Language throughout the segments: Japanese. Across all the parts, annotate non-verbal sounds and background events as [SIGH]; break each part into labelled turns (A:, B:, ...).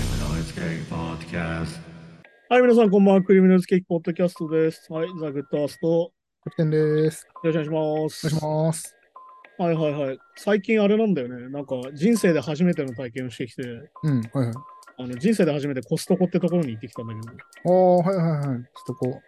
A: Cake Podcast.
B: はい、皆さん、こんばんは。クリームノイズケーキポッドキャストです。はい、ザ・グッドアースト。よ
C: キャプテンです。
B: ろしくお願いし
C: お
B: ます。
C: 願いします。
B: はいはいはい。最近あれなんだよね。なんか、人生で初めての体験をしてきて、
C: うん、はいはい。
B: あの人生で初めてコストコってところに行ってきたんだけ
C: ああ、はいはいはい。ちょっとこ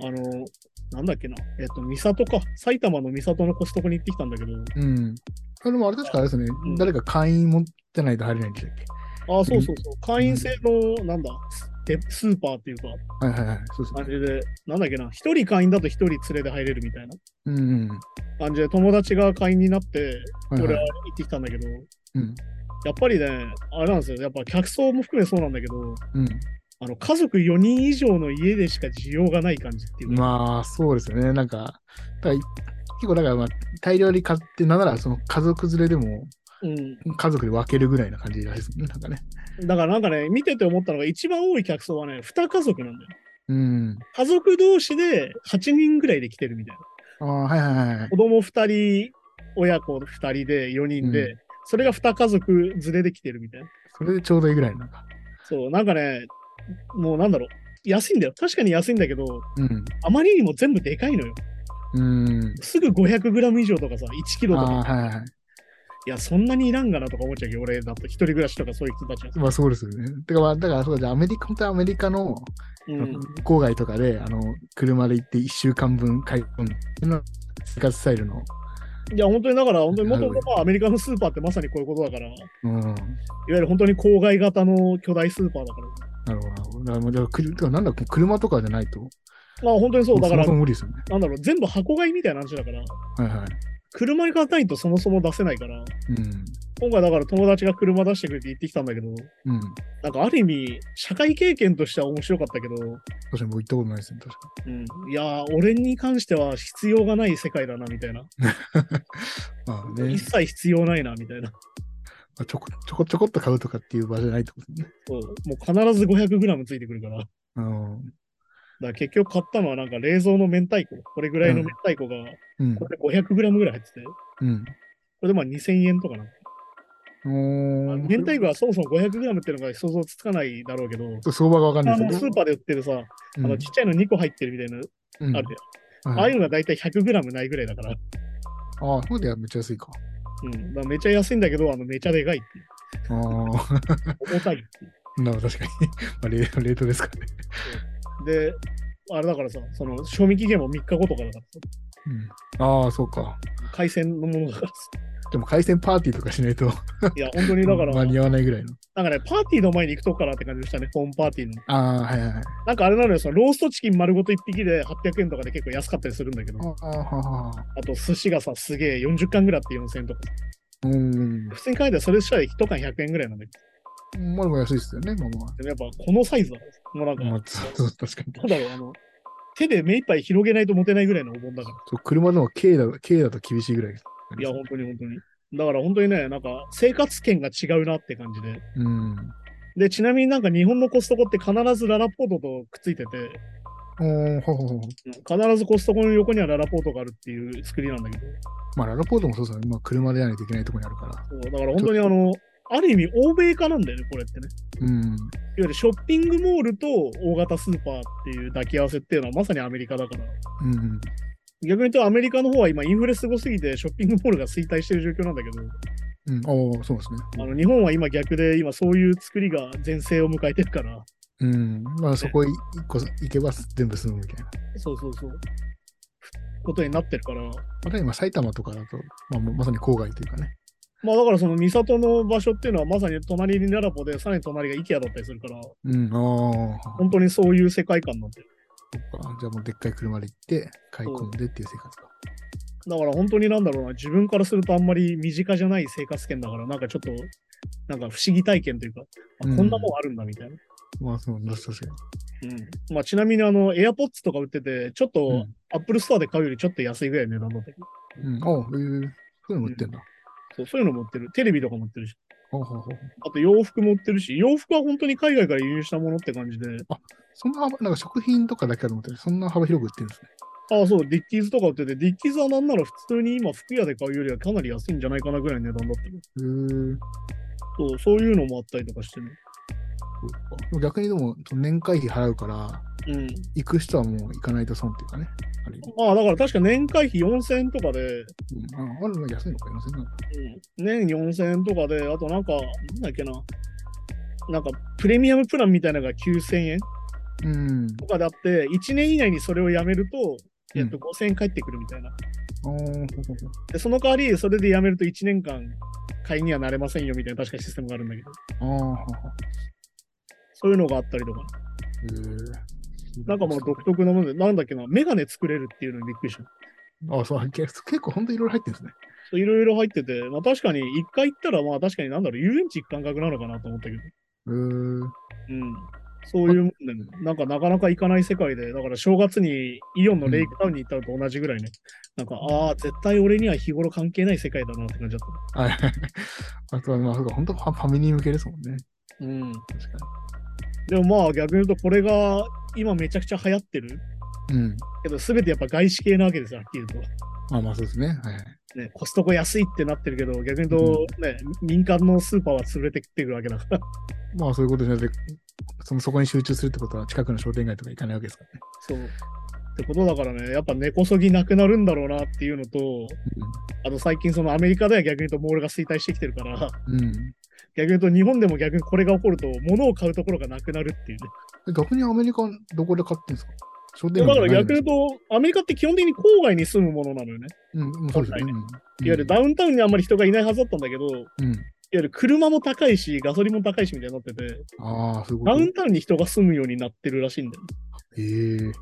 B: ど、あの、なんだっけな。えっと、三郷か。埼玉の三郷のコストコに行ってきたんだけど、
C: う、うん。あでもあれ確かあれですね、
B: ん
C: 誰か会員持ってないと入れないんでしたっけ
B: ああ、そうそうそう。会員制の、なんだ、スでスーパーっていうか、
C: はいはいはい。そうです
B: あ
C: ね。
B: れで、なんだっけな。一人会員だと一人連れで入れるみたいな
C: うん、うん。は
B: 感じで、友達が会員になって、
C: い
B: 俺
C: は。
B: はい行ってきたんだけど、
C: うん。
B: やっぱりね、あれなんですよ。やっぱ客層も含めそうなんだけど、
C: う
B: あの家族4人以上の家でしか需要がない感じってい
C: ん。
B: うか、
C: まあ、そうですよね。なんか、だから結構だから、まあ、大量に買って、なんならその家族連れでも、
B: うん、
C: 家族で分けるぐらいな感じらしいですね。なんかね。
B: だからなんかね、見てて思ったのが、一番多い客層はね、2家族なんだよ。
C: うん。
B: 家族同士で8人ぐらいで来てるみたいな。
C: ああ、はいはいはい。
B: 子供2人、親子2人で4人で、
C: う
B: それが2家族連れで来てるみたいな。
C: それでちょうどいいぐらいなんか。
B: そう、なんかね、もうなんだろう。安いんだよ。確かに安いんだけど、
C: うん。
B: あまりにも全部でかいのよ。
C: うん。
B: すぐ 500g 以上とかさ、1kg と
C: あ
B: か
C: あ、。はいはいはい。
B: いや、そんなにいらんがなとか思っちゃうけど、俺だと一人暮らしとかそういう人たちは。
C: まあそうですよね。てかまあ、だからそうだ、じゃあアメリカ、本当はアメリカの
B: うん、
C: 郊外とかで、あの、車で行って1週間分買い込むの生活スタイルの。
B: いや、本当にだから、本当に元
C: なる
B: 々まあアメリカのスーパーってまさにこういうことだから、いわ
C: うん。なる
B: ゆる本当に郊外型の巨大スーパーだから。
C: ほどなるほど。だからもう、だからくるてかなんだろう車とかじゃないと。
B: まあ本当にそう、だか
C: も
B: ら
C: そもそ、も無理ですよね。
B: なんだろう、全部箱買いみたいな話だから、
C: はいはい。
B: 車に買わないとそもそも出せないから、
C: うん。
B: 今回だから友達が車出してくれて行ってきたんだけど、
C: うん。
B: なんかある意味、社会経験としては面白かったけど、
C: 確かにもう行ったことないですね。確か
B: うん、いやー、俺に関しては必要がない世界だな、みたいな。
C: に。まあね
B: 一、切必要ないな、みたいな。
C: まあ、ちょこちょこちょこっと買うとかっていう場じゃないってことね。
B: そうもう必ず 500g ついてくるから。
C: うん。
B: だから結局買ったのはなんか冷蔵の明太子、これぐらいの明太子が、
C: うん
B: こ。れ 500g ぐらい入ってて、こ
C: うん。
B: れでまあ2000円とかな。
C: おー
B: 明太子はそもそも 500g っていうのが想像つかないだろうけど、
C: ちょっと相場がわかんな
B: あ
C: い
B: の
C: で
B: ス
C: すけ
B: ー
C: ど。
B: パーで売ってるさ、あのちっちゃいの2個入ってるみたいな
C: うん
B: のある
C: うん
B: じゃん。ああ
C: はい
B: いうのが大体 100g ないぐらいだから、
C: ああ、そうではめっちゃ安いか。
B: うん、だからめちゃ安いんだけど、あのめちゃでかいっていう
C: ああ。
B: 重たいっていう。
C: [LAUGHS] な確かに。 [LAUGHS] まあ、レレートですからね。
B: で、あれだからさ、その賞味期限も3日後とかだからさ
C: うん、ああ、そうか。
B: 海鮮のものだから
C: でも、海鮮パーティーとかしないと
B: さ。いや、本当にだ [LAUGHS] から、
C: 間に合わないぐらいの。
B: なんかね、パーティーの前に行くとこからって感じでしたね、ホームパーティーの。
C: ああ、はいはいはい。
B: なんかあれなのよ、そのローストチキン丸ごと1匹で800円とかで結構安かったりするんだけど、
C: ああ、はあ。
B: あと寿司がさ、すげえ40貫ぐらいあって4000円とか。
C: うん。
B: 普通に考えたらそれしたら1貫100円ぐらいなんだけ
C: まあ、でも安いですよね、まあま
B: ど、でもやっぱこのサイズだからさもうなんか、
C: あ。まあ、そうそう確かに。
B: なんだろう、あの、手で目いっぱい広げないと持てないぐらいのお盆だか
C: そう車の方が軽だ軽だと厳しいぐらい。
B: ら。いや、本当に本当に。だから本当にね、なんか生活圏が違うなって感じで。
C: うん。
B: で、ちなみになんか日本のコストコって必ずララポートとくっついてて、
C: おーほうほうほう。
B: 必ずコストコの横にはララポートがあるっていう作りなんだけど、
C: まあ、ララポートもそうですよね。まあ、車でやらないといけないところにあるから。
B: そうだから本当にあの、ある意味欧米化なんだよね、これってね。
C: うん。
B: いわゆるショッピングモールと大型スーパーっていう抱き合わせっていうのはまさにアメリカだから。
C: うん。
B: 逆に言うとアメリカの方は今インフレすごすぎてショッピングモールが衰退してる状況なんだけど、
C: うん。おあ、そうですね。
B: あの日本は今逆で今そういう作りが全盛を迎えてるから、
C: うん。まあ、そこい一個行けば全部済むみたいな。
B: そうそうそう、ことになってるから、
C: また今、埼玉とかだと、まあ、まさに郊外というかね。
B: まあだからその三郷の場所っていうのはまさに隣にララポで、さらに隣が IKEA だったりするから、
C: うん、ああ、
B: 本当にそういう世界観になってる。
C: そっか。じゃあもうでっかい車で行って、買い込んでっていう生活か。
B: だから本当になんだろうな、自分からするとあんまり身近じゃない生活圏だから、なんかちょっと、なんか不思議体験というか、あ
C: うん
B: こんなもんあるんだみたいな。
C: まあ、そう、確かに。
B: うんまあ、ちなみにあの、AirPods とか売ってて、ちょっと Apple Store で買うよりちょっと安いぐらいの値段だったけど、
C: うん、ああ、ええそういうの売ってんだ。
B: そうそういうのも売ってる。テレビとかも売ってるし、
C: ほうほうほう
B: あと洋服も売ってるし、洋服は本当に海外から輸入したものって感じで、
C: そんな幅、なんか食品とかだけだと思ってそんな幅広く売ってるんですね。
B: ああ、そう、ディッキーズとか売ってて、ディッキーズはなんなら普通に今服屋で買うよりはかなり安いんじゃないかなぐらいの値段だったの
C: へえ
B: そう、そういうのもあったりとかしてね。
A: そうか。
C: 逆にでも、その年会費払うから、
B: うん。
C: 行く人はもう行かないと損っていうかね。あれ、
B: まあだから確か年会費4000円とかで、
C: うん、ああるの安いのか、安いのか。
B: 年4000円とかで、あとなんか、なんだっけな、なんかプレミアムプランみたいなのが9000円
C: うん。
B: とかであって、1年以内にそれをやめると、えっと、5000円返ってくるみたいな。
C: ああ、そうそうそう。
B: で、その代わり、それでやめると1年間会員にはなれませんよみたいな確かシステムがあるんだけど、
C: ああ、はは。
B: そういうのがあったりとか、
C: へー
B: なんかもう独特なもので、なんだっけな、メガネ作れるっていうのにびっくりした。
C: あそう、結結構本当いろいろ入ってるんですね。
B: いろいろ入ってて、まあ確かに一回行ったら、まあ確かになんだろう、遊園地行く感覚なのかなと思ったけど、
C: うーん。
B: うん。そういうもんで、なんかなかなか行かない世界で、だから正月にイオンのレイクタウンに行ったのと同じぐらいね、なんか、ああ、絶対俺には日頃関係ない世界だなって感じだっ
C: はい。 [LAUGHS] あとは、まあ、そうか本当ファファミリー向けですもんね。
B: た。うん。
C: 確か
B: でもまあ逆に言うと、これが今めちゃくちゃ流行ってる
C: に。うん。
B: けど、すべてやっぱ外資系なわけですよ、はっきり言う
C: まあまあ、そうですね。はいはい。
B: と。ね、コストコ安いってなってるけど、逆に言うと、ね、民間のスーパーは潰れてきてるわけだから。
C: まあ、そういうことじゃなくて、そのそこに集中するってことは、近くの商店街とか行かないわけですからね。
B: そう。ってことだからね、やっぱ根こそぎなくなるんだろうなっていうのと、あと最近そのアメリカでは逆に言うとモールが衰退してきてるから、
C: うん。うん
B: 逆に言うと日本でも逆にこれが起こると物を買うところがなくなるっていうね。
C: え逆にアメリカ、どこで買ってんですか商
B: で
C: 店
B: だ
C: 街
B: から
C: じゃないん
B: 逆
C: で
B: に
C: すか
B: 言うとアメリカって基本的に郊外に住むものなのよね。
C: うん、もうそうです
B: 本
C: ね。
B: 来ね
C: う
B: い
C: んいわ
B: わゆるダウンタウンにあんまり人がいないはずだったんだけど、いわ
C: うん。
B: ゆる車も高いしガソリンも高いしみたいになってて、
C: ああ、そういうこ
B: ダ
C: と
B: ウ。ンタウンに人が住むようになってるらしいんだよね。
C: ええ
B: うん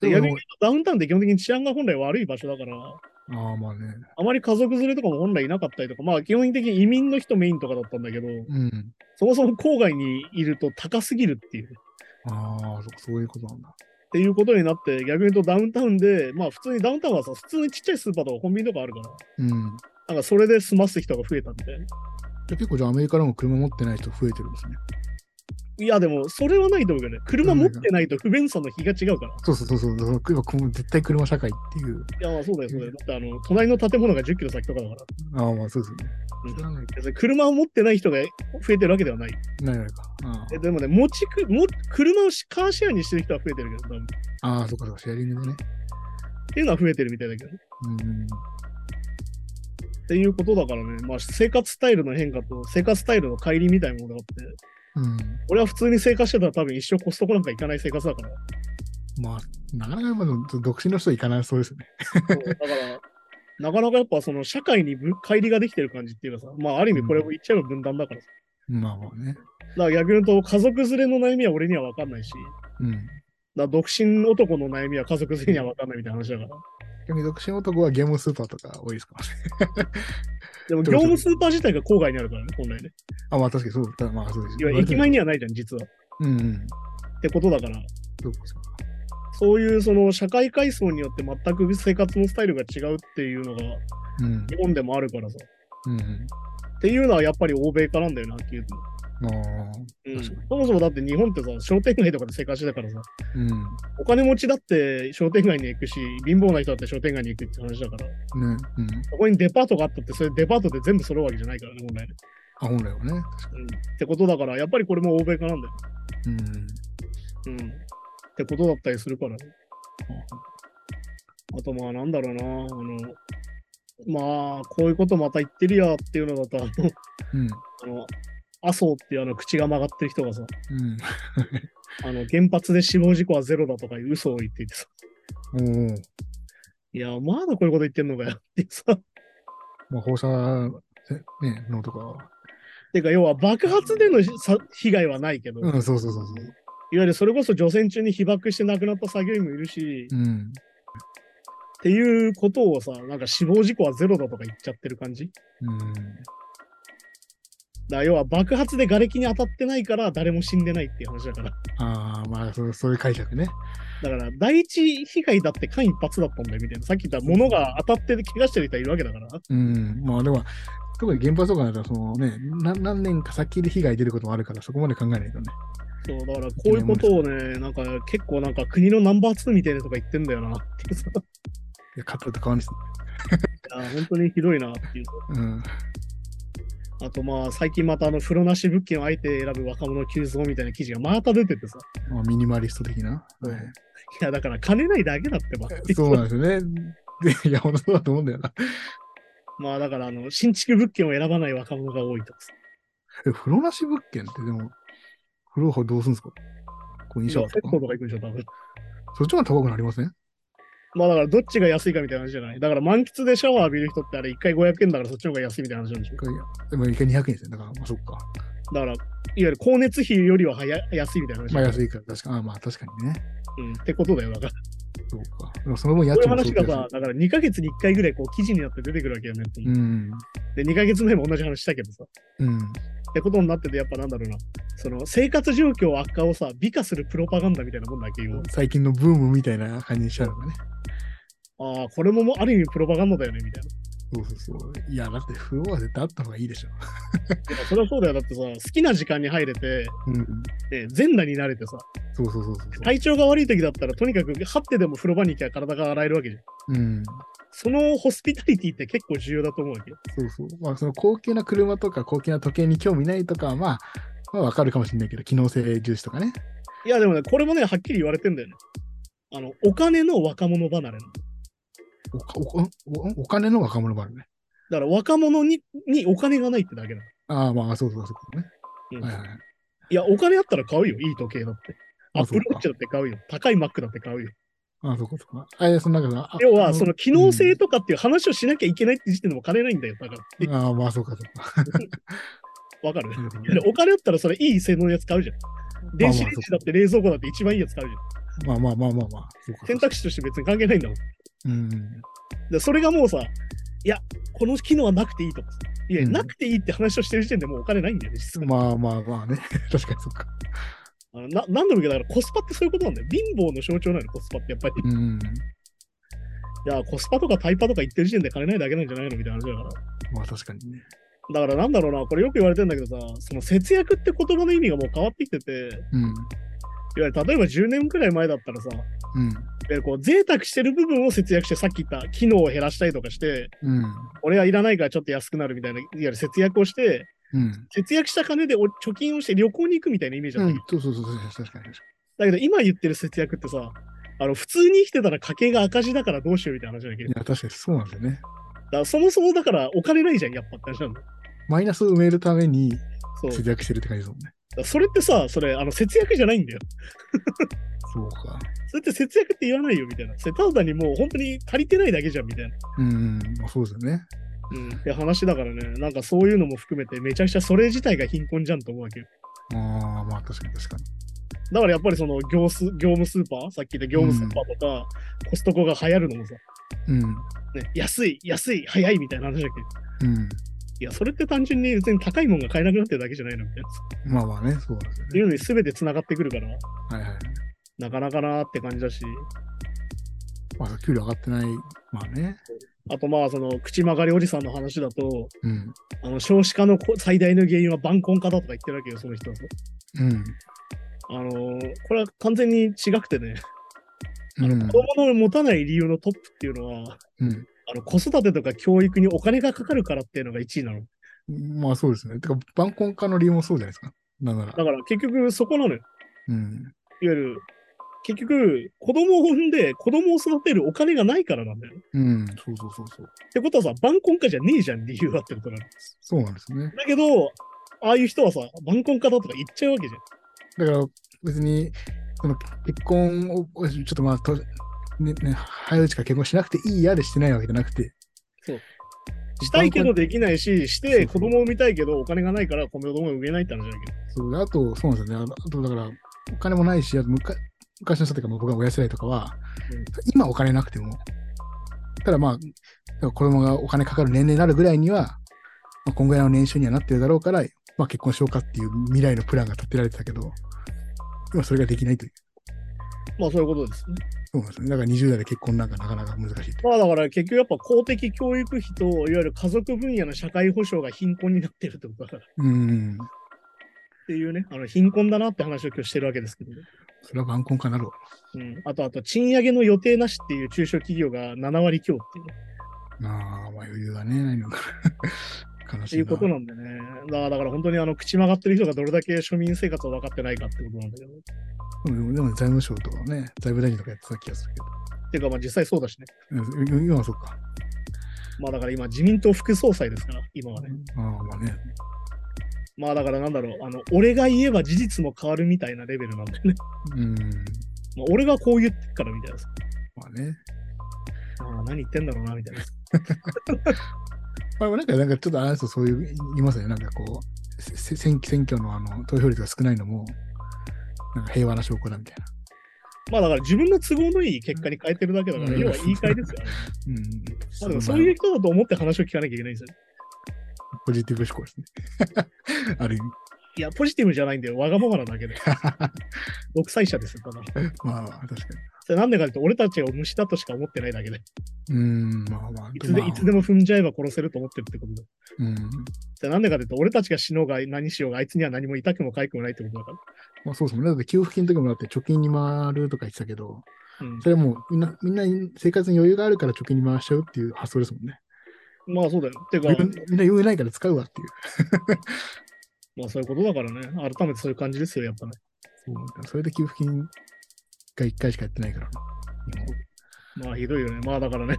B: で
C: で
B: 逆に言
C: も
B: う、とダウンタウンって基本的に治安が本来悪い場所だから、
C: ああ、まあね。
B: あまり家族連れとかも本来いなかったりとか、まあ基本的に移民の人メインとかだったんだけど、
C: うん。
B: そもそも郊外にいると高すぎるっていう。
C: ああ、そうそういうことなんだ。
B: っていうことになって、逆に言うとダウンタウンで、まあ普通にダウンタウンはさ、普通にちっちゃいスーパーとかコンビニとかあるから、
C: うん。
B: なんかそれで済ます人が増えたみたいな。
C: で結構じゃあアメリカでも車持ってない人増えてるんですね。
B: いやでも、それはないと思うけどね、車持ってないと不便さの比が違うから。
C: そうそうそうそう。だから今絶対車社会っていう。
B: いやまあそうだよ、そうだよ。だってあの、隣の建物が10キロ先とかだから、
C: ああ、まあそうですよね。
B: うん
C: 知らないか。
B: 別に車を持ってない人が増えてるわけではない。
C: ないないか。あ
B: えでもね、持ちく、も車をしカーシェアにしてる人は増えてるけど、多分っ
C: あ、ああそうかそうか、シェアリングでね。
B: ていうのは増えてるみたいだけど。
C: うん。
B: っていうことだからね、まあ、生活スタイルの変化と生活スタイルの乖離みたいなものがあって、
C: うん。
B: 俺は普通に生活してたら多分一生コストコなんか行かない生活だから。
C: まあ、なかなか今の独身の人行かないそうですよね。
B: そうだから、なかなかやっぱその社会にぶ乖離ができてる感じっていうかさ、まあある意味これも言っちゃえば分断だからさ。
C: まあまあ
B: だ
C: ね。
B: から逆に言うと家族連れの悩みは俺には分かんないし、だか
C: うん。
B: ら独身男の悩みは家族連れには分かんないみたいな話だから。
C: 逆に独身男はゲームスーパーとか多いですからね。
B: でも
C: ど
B: 業
C: ういうこと
B: 務スーパー自体が郊外にあるからね、本来ね。
C: あ、まあ確かにそう。たまあそうです
B: いわゆる駅前
C: に。
B: にはないじゃん、実は。
C: うんうん。
B: ってことだから、
C: そうかそうか。
B: そういうその社会階層によって全く生活のスタイルが違うっていうのが
C: うん。
B: 日本でもあるからさ。
C: うんうん。
B: っていうのはやっぱり欧米化なんだよな、はっきり言うと。
C: あ
B: うん
C: 確
B: そ
C: か
B: もそもだって日本ってさ、商店街とかで生活してたからさ、
C: あ。うん。
B: お金持ちだって商店街に行くし、貧乏な人だって商店街に行くって話だから、
C: ね。うん。
B: そこにデパートがあったって、それデパートで全部揃うわけじゃないからね、本来ね。
C: あ、本来はね。確か
B: うん、ってことだから、やっぱりこれも欧米化なんだよ。
C: に。うん。
B: うん。ってことだったりするからね。あとまあなんだろうな、あの、まあ、こういうことまた言ってるやっていうのだと、あの、
C: うん。
B: あの麻生っていうあの口が曲がってる人がさ、
C: うん。
B: あの原発で死亡事故はゼロだとかいう嘘を言っていてさ、
C: おー
B: いや、まだこういうこと言ってんのかよってさ。
C: まあ、放射ね、のとかは。
B: てか、要は爆発でのさ被害はないけど、
C: う
B: いわ
C: ん、そうそうそうそう。
B: ゆるそれこそ除染中に被爆して亡くなった作業員もいるし、っ
C: うん。
B: ていうことをさ、なんか死亡事故はゼロだとか言っちゃってる感じ。だか
C: うん。
B: ら要は爆発で瓦礫に当たってないから誰も死んでないっていう話だから。
C: ああ、まあそう、そういう解釈ね。
B: だから第一被害だって間一髪だったんだよみたいな。さっき言った物が当たって怪我してる人はいるわけだから。
C: うん。まあでも、特に原発とかだと、そのね、な何年か先で被害出ることもあるから、そこまで考えないとね。
B: そう、だからこういうことをね、なんか結構なんか国のナンバー2みたいなとか言ってんだよなって [LAUGHS] いうさ。
C: いや、勝ったと変わんないです
B: あー本当にひどいなっていう。
C: うん。
B: あとまあ最近またあの風呂なし物件をあえて選ぶ若者急増みたいな記事がまた出ててさ。
C: まあ、ミニマリスト的な。
B: うん
C: はい
B: いやだから金ないだけだってば。
C: そうなんですよね。でいや、本当そうだと思うんだよな。
B: [LAUGHS] まあだからあの新築物件を選ばない若者が多いとかさ。
C: え、風呂なし物件ってでも、風呂法どうするんですかこう飲
B: セ
C: 食
B: ッ
C: とか
B: ト。とか行くんでしょ、多分。
C: そっちの方が高くなりません
B: まあだからどっちが安いかみたいな話じゃない。だから満喫でシャワー浴びる人ってあれ1回500円だからそっちの方が安いみたいな話なんでしょ。
C: 一回でも一回200円ですね。だから、まあ、そっか。
B: だからいわゆる光熱費よりははや安いみたいな話。
C: まあ安
B: い。
C: いから、確かあまあ確かにね。
B: うん、ってことだよ。だから
C: そうか。で [LAUGHS] もその分家
B: こういう
C: 賃も
B: 話
C: 相当
B: が
C: 安い
B: さ、だから2ヶ月に1回ぐらいこう記事になって出てくるわけよね。
C: うん。
B: で、2ヶ月前も同じ話したけどさ。
C: うん。
B: ってことになってて、やっぱなんだろうな。その生活状況悪化をさ、美化するプロパガンダみたいなもんだっけど、
C: 最近のブームみたいな感じにしちゃうのがね。
B: ああ、これももうある意味プロパガンダだよね、みたいな。
C: そうそうそう。いや、だって風呂は絶対あった方がいいでしょ。
B: いやそれはそうだよ。だってさ、好きな時間に入れて、
C: うん。
B: で全裸になれてさ、
C: そうそうそうそう
B: 体調が悪い時だったら、とにかく張ってでも風呂場に行きゃ体が洗えるわけじゃん。
C: うん。
B: そのホスピタリティって結構重要だと思うわけよ。
C: そうそう。まあ、その高級な車とか高級な時計に興味ないとかは、まあ、まあ、わかるかもしれないけど、機能性重視とかね。
B: いや、でもね、これもね、はっきり言われてんだよね。あの、お金の若者離れなの
C: おおおお金の若者もあるね。
B: だから若者ににお金がないってだけな
C: ああ、まあ、そうそうそうそうね。
B: の、うん
C: はいはいはい。
B: いや、お金あったら買うよ。いい時計だって。アッ
C: あ
B: プ
C: そう
B: ルウ
C: か
B: ォッチだって買うよ。高いマックだって買うよ。
C: ああ、そうかそうか。あいやその中あ
B: 要は、その機能性
C: と、
B: とかっていう話をしなきゃいけないって時点でも金ないんだよ。だから。
C: うんああ、まあ、そうかそうか。
B: わかる
C: なるほど
B: で
C: ね
B: お金あったらそれいい性能のやつ買うじゃん。電子レンジだって冷蔵庫だって一番いいやつ買うじゃん。
C: まあまあまあまあまあ。そうかそう
B: 選
C: か
B: 択肢として別に関係ないんだもん。
C: うん。
B: でそれがもうさ、いや、この機能はなくていいとかさ。いや、
C: うん
B: なくていいって話をしてる時点でもうお金ないんだよね、実は。
C: まあまあまあね。 [LAUGHS] 確かにそっか。
B: あのな何度も言うけど、だからコスパってそういうことなんだよ。貧乏の象徴なの、コスパってやっぱり。
C: う
B: い
C: ん。
B: や、コスパとかタイパとか言ってる時点で金ないだけなんじゃないのみたいな話だから。
C: まあ確かにね。
B: だからなんだろうな、これよく言われてんだけどさ、その節約って言葉の意味がもう変わってきてて、い
C: うん。
B: わゆる例えば10年くらい前だったらさ、いわ
C: うん。
B: ゆるこう贅沢してる部分を節約して、さっき言った機能を減らしたりとかして、
C: うん。
B: 俺はいらないからちょっと安くなるみたいな、いわゆる節約をして、
C: うん。
B: 節約した金でお貯金をして旅行に行くみたいなイメージだっ
C: う
B: た、
C: ん、そうそうそう、確かに確かに。
B: だけど今言ってる節約ってさ、あの普通に生きてたら家計が赤字だからどうしようみたいな話だけ
C: い
B: ど、だ
C: や、確かにそうなんですよね。
B: からそもそもだからお金ないじゃん、やっぱって話なんだよ。
C: マイナスを埋めるために
B: そう。だか
C: 節約してるって感じですもんね。
B: らそれってさ、それ、あの節約じゃないんだよ。
C: そうか。
B: それって節約って言わないよみたいな。それただ単にもう本当に足りてないだけじゃんみたいな。
C: うん、まあ、そうですよね。
B: うん、って話だからね、なんかそういうのも含めてめちゃくちゃそれ自体が貧困じゃんと思うわけよ。
C: ああ、まあ確かに確かに。
B: だからやっぱりその業ス業務スーパー、さっき言った業務スーパーとか、コストコが流行るのもさ、
C: うん。
B: ね、安い、安い、早いみたいな話だけど、
C: うん。
B: いや、それって単純に別に高いもんが買えなくなってるだけじゃないのみたいな。っ
C: まあまあね、そうなんですよ
B: てい
C: ね。
B: うのに全て繋がってくるから、
C: はいはい。
B: なかなかなーって感じだし、
C: まあ、給料上がってない。まあね。
B: あとまあその口曲がりおじさんの話だと、
C: うん。
B: あの少子化のこ最大の原因は晩婚化だとか言ってるわけよ、その人はさ。
C: うん。
B: あのーこれは完全に違くてね、あ
C: う
B: の
C: ん
B: 子。供の持たない理由のトップっていうのは、
C: うん
B: あの子育てとか教育にお金がかかるからっていうのが1位なの。
C: まあそうですね。てか、晩婚化の理由もそうじゃないですか。なんなら。
B: だから結局そこなのよ。
C: うん。
B: いわゆる、結局子供を産んで子供を育てるお金がないからなんだよね。
C: うん。そうそうそうそう。
B: ってことはさ、晩婚化じゃねえじゃん、理由はってことなの。
C: そうなんですよね。
B: だけど、ああいう人はさ、晩婚化だとか言っちゃうわけじゃん。
C: だから別にその結婚をちょっとまあと、ねね、早いうちから結婚しなくていいやでしてないわけじゃなくて。
B: そうしたいけど
C: で。
B: できないし、し
C: そうそ
B: て
C: う
B: 子供を産みたいけどお金がないから子供を産めないって話だけど。
C: そうであと、そうなんですよね。ああと、だから、お金もないし、あと昔昔の人とかも僕が親世代とかは、
B: うん
C: 今お金なくても、ただまあ、だから子供がお金かかる年齢になるぐらいには、まあ、こんぐらいの年収にはなってるだろうから、まあ結婚しようかっていう未来のプランが立てられてたけど、今それができないという。
B: まあそういうことですね。
C: そうなんですね。だから20代で結婚なんかなかなか難しいという。
B: まあだから結局やっぱ公的教育費といわゆる家族分野の社会保障が貧困になってるってことだからっ
C: うん。
B: ていうね、あの貧困だなって話を今日してるわけですけど、ね
C: それは晩婚化なろ
B: うん、あとあと賃上げの予定なしっていう中小企業が7割強っていうね、
C: う。ああ、まあ余裕がね、ないのか。 [LAUGHS] 悲
B: って
C: し
B: い
C: いう
B: ことなんでね。だからだから本当にあの口曲がってる人がどれだけ庶民生活を分かってないかってことなんだけど。っ
C: うんでも財務省とかね、財務大臣とかやってた気がするけど
B: ていうかまあ実際そうだしね。
C: うんうん。今はそうか。
B: まあだから今自民党副総裁ですから、今はね。
C: ああ、まあね。
B: まあだからなんだろう、あの、俺が言えば事実も変わるみたいなレベルなんだよね。
C: うん。
B: まあ俺がこう言ってっからみたいなさ。
C: まあね。
B: ああ、何言ってんだろうな、みたいな。
C: まあ、なんか、なんかちょっとあの人そういう、いますね。なんかこう、せせ選挙選挙のあの投票率が少ないのも、なんか平和な証拠だみたいな。
B: まあだから自分の都合のいい結果に変えてるだけだから、
C: うん
B: 要は言い換え
C: [LAUGHS]
B: ですよ。あれ
C: うん。
B: まあでもそういう人だと思って話を聞かなきゃいけないんですよね。
C: ポジティブ思考ですね。あ [LAUGHS] る意味。
B: いや、ポジティブじゃないんだよ。わがまま
C: [LAUGHS]
B: なだけで。独裁者ですよ、ただ。
C: まあまあ、確か
B: それなんでかっていうと、俺たちを虫だとしか思ってないだけで。
C: に。うん、まあまあ。
B: いつで
C: まあ
B: いつでも踏んじゃえば殺せると思ってるってことだ。
C: うん。
B: それなんでかっていうと、俺たちが死のうが何しようが、あいつには何も痛くも痒くもないってことだから。
C: まあそうですもんね。だって給付金とかもらって貯金に回るとか言ってたけど、
B: うん
C: それはもうみんな、みんな生活に余裕があるから貯金に回しちゃうっていう発想ですもんね。
B: まあそうだよ。てか、
C: みんなみんな余裕ないから使うわっていう。
B: まあそういうことだからね。改めてそういう感じですよ、やっぱね。
C: そうそれで給付金が1回しかやってないからな。
B: まあひどいよね。まあだからね。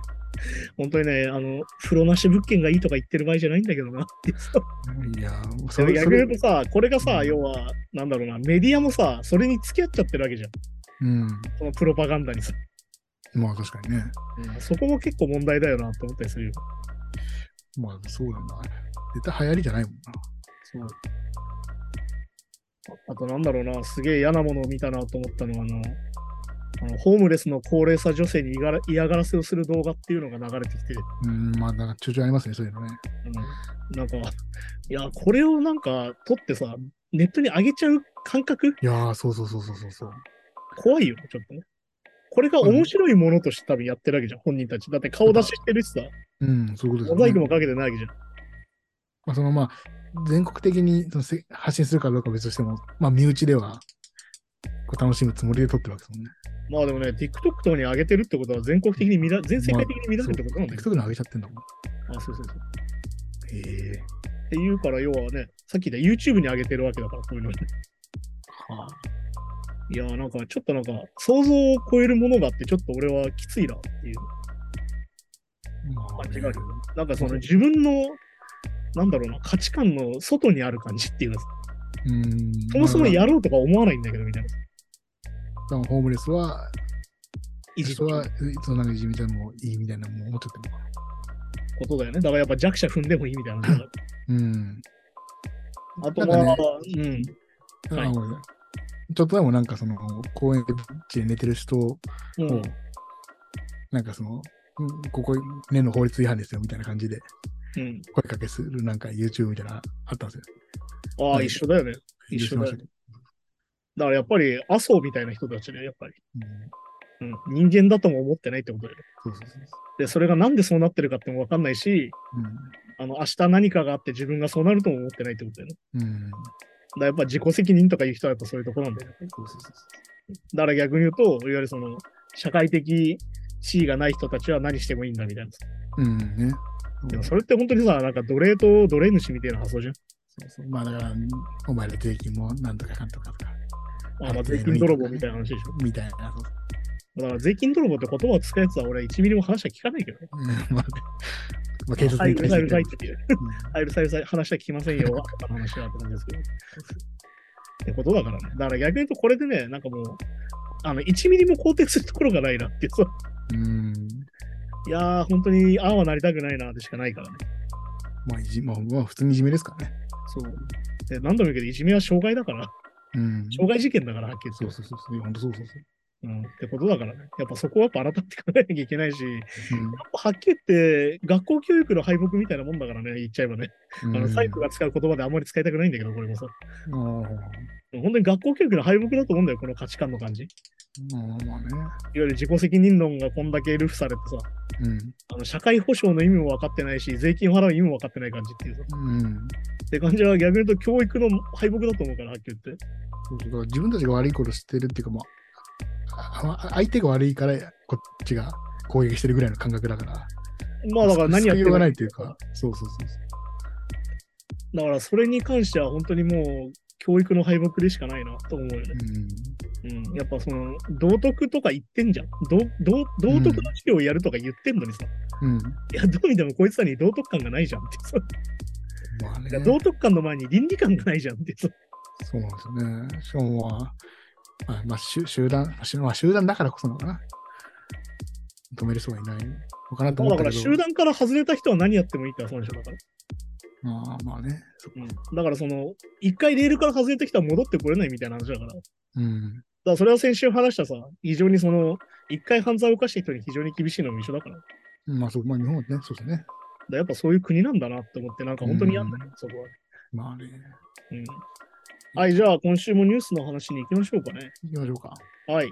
B: 本当にね、あの、風呂なし物件がいいとか言ってる場合じゃないんだけどな。
C: いやー、もう
B: で
C: そ
B: も
C: れ
B: 逆
C: そ
B: に
C: れ
B: 言うとさ、これがさ、
C: うん
B: 要は、なんだろうな、メディアもさ、それに付き合っちゃってるわけじゃん。
C: うん。
B: そのプロパガンダにさ。
C: まあ確かにね。
B: そこも結構問題だよなと思ったりするよ。
C: まあそうなんだ。絶対流行りじゃないもんな。
B: そうああとなんだろうな、すげえ嫌なものを見たなと思ったのは、あの、あのホームレスの高齢者女性に嫌がら嫌がらせをする動画っていうのが流れてきて、
C: うん、まあなんかちょいちょいありますね、そういうのね。
B: うんなんか、いや、これをなんか撮ってさ、ネットに上げちゃう感覚
C: いやー、そうそうそうそうそうそう。
B: 怖いよ、ちょっとね。これが面白いものとして多分やってるわけじゃん、本人たち。だって顔出ししてるしさ、
C: うん、そういうこと
B: モ
C: で
B: ザ
C: す
B: イクも
C: よね。
B: かけてないわけじゃん。
C: まあそのまあ、全国的にそのせ発信するかどうかは別としても、まあ身内では、こう楽しむつもりで撮ってるわけですもんね。
B: まあでもね、TikTok 等に上げてるってことは全国的に見ら、全世界的に見られるってことなんだよ。
C: TikTok に上げちゃってんだもん。
B: あ、そうそうそう。
C: へえ。
B: っていうから、要はね、さっき言った YouTube に上げてるわけだから、こういうのね。
C: はあ
B: いやー、なんか、ちょっとなんか、想像を超えるものがあって、ちょっと俺はきついなっていう。
C: まあ
B: 感
C: ね
B: じがあるなんかその
C: うん
B: 自分の、なんだろうな、価値観の外にある感じっていうの、
C: うん。
B: そもそも
C: まあ
B: やろうとか思わないんだけど、みたいな。
C: 多分ホームレスは、
B: いじっち
C: そ
B: ゃ
C: れは、
B: う
C: そのなんかいじめちゃもういいみたいな、もう思っちゃってるのか
B: ことだよね。だからやっぱ弱者踏んでもいいみたいな。
C: な。うん。
B: あとまあ、
C: なん
B: うん。はい
C: あごめんなさいちょっとでもなんかその、公園でベッチで寝てる人を、
B: うん、
C: なんかその、うんここ、年の法律違反ですよみたいな感じで、
B: うん。
C: 声かけするなんか YouTube みたいなのあったんですよ。
B: ああ、一緒だよね。一緒だよ
C: しましたけど
B: だからやっぱり、麻生みたいな人たちね、やっぱり。
C: うん
B: うん。人間だとも思ってないってことだよね。
C: そうそうそうそ
B: で、それがなんでそうなってるかってもわかんないし、
C: う。
B: あの、明日何かがあって自分がそうなるとも思ってないってことだよね。
C: うん。うん。
B: だからやっぱ自己責任とかいう人はやっぱそういうところなんだよね。
C: そうそうそう
B: だから逆に言うと、いわゆるその、社会的地位がない人たちは何してもいいんだみたいな。
C: そう。うんね。
B: で
C: うん
B: もそれって本当にさ、なんか奴隷と奴隷主みたいな発想じゃん。
C: そうそうまあだから、お前ら税金もなんとかかんとかとか、
B: あまあ
C: はい
B: 税金泥棒みたいな話でし
C: みたいな。そうそう
B: ょ。だから税金泥棒って言葉を使うやつは俺1ミリも話は聞かないけどね。
C: うんまあねまあ警
B: は
C: 察
B: い、
C: に
B: うる
C: 対
B: さい、う
C: し
B: るさい
C: て
B: っ。ていう。
C: うん
B: はい、うるさい、うるさい、話は聞きませんよ。あの話はって感じですけど。ってことだからね。だから逆に言うとこれでね、なんかもう、あの、1ミリも肯定するところがないなっていう [LAUGHS] さ。
C: うん。
B: いやー、本当に、ああはなりたくないなでしかないからね。
C: まあ、いじまあ、まあ、普通にいじめですからね。
B: そう。で何度も言うけど、いじめは障害だから、
C: うん。
B: 障害事件だから、はっきり
C: そ
B: 言
C: う
B: って。
C: そうそうそう。本当そうそうそ
B: うん、ってことだからね。やっぱそこはやっぱ改めて考えなきゃいけないし、
C: う。うん
B: はっきり言って、学校教育の敗北みたいなもんだからね、言っちゃえばね。あ
C: う
B: の、
C: ん
B: サイクが使う言葉であんまり使いたくないんだけど、これもさ。
C: ああ
B: 本当に学校教育の敗北だと思うんだよ、この価値観の感じ。いわ
C: まあまあね。
B: ゆる自己責任論がこんだけルフされてさ、
C: う
B: あの社会保障の意味も分かってないし、税金を払う意味も分かってない感じっていうさ。
C: ん。うん。
B: って感じは逆に言うと教育の敗北だと思うから、はっきり言って。
C: そうそう。だから自分たちが悪いことしてるっていうか、まあ、ああ相手が悪いから、こっちが攻撃してるぐらいの感覚だから。
B: まあだから何やって
C: 救いようがない
B: っ
C: っていうか。そうそうそうそう。
B: だからそれに関しては本当にもう教育の敗北でしかないなと思うよね。うん、やっぱその道徳とか言ってんじゃん。道道道徳の授業をやるとか言ってんのにさ、
C: うん。うん。
B: いやどう見てもこいつらに道徳感がないじゃんってさ、
C: まあね
B: いや。道徳感の前に倫理観がないじゃんってさ、
C: そうなんですよね。しかもまあ、まあ、まあ、集集団、まあ集まあ、集団だからこそなのかな。止める人がいないのかなと思
B: だ
C: っ
B: か
C: たけ
B: ら
C: ど。
B: 集団から外れた人は何やってもいいって話だから。
C: まあまあね。
B: うん、だからその、一回レールから外れた人は戻ってこれないみたいな話だから。だか
C: うん。
B: らそれは先週話したさ、非常にその、一回犯罪を犯した人に非常に厳しいのも一緒だから。だか
C: まあそう、まあ日本はね、そうですね。
B: らやっぱそういう国なんだなって思って、なんか本当にやんだよ、そこは。
C: まあね。
B: うん。はい、じゃあ今週もニュースの話に行きましょうかね。
C: 行きましょうか。
B: はい。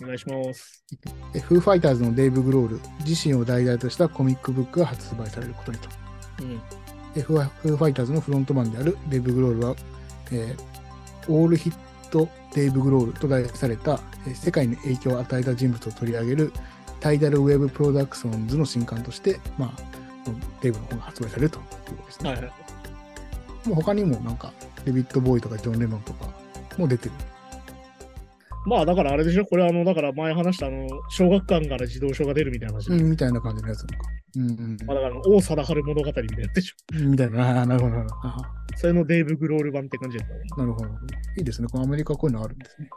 B: お願いします。
C: えフーファイターズのデイブ・グロール自身を題材としたコミックブックが発売されることにと。
B: うん。
C: えフーフーファイターズのフロントマンであるデイブ・グロールは、えーオールヒット・デイブ・グロールと題された、えー世界に影響を与えた人物を取り上げるタイダル・ウェブ・プロダクションズの新刊として、まあ、デイブの本が発売されるということですね。
B: はいはい。
C: もう他にもなんか、デビッド・ボーイとかジョン・レノンとかも出てる。
B: まあだからあれでしょ、これあの、だから前話したあの、小学館から児童書が出るみたいな話。
C: うんみたいな感じのやつとか。うんうん
B: まあだから、王貞治物語みたいなやつでしょ。
C: うん、みたいな。あー [LAUGHS] なるほど、なるほど。あ
B: それのデーブ・グロール版って感じだったね。
C: ーなるほど。いいですね。このアメリカはこういうのあるんですね。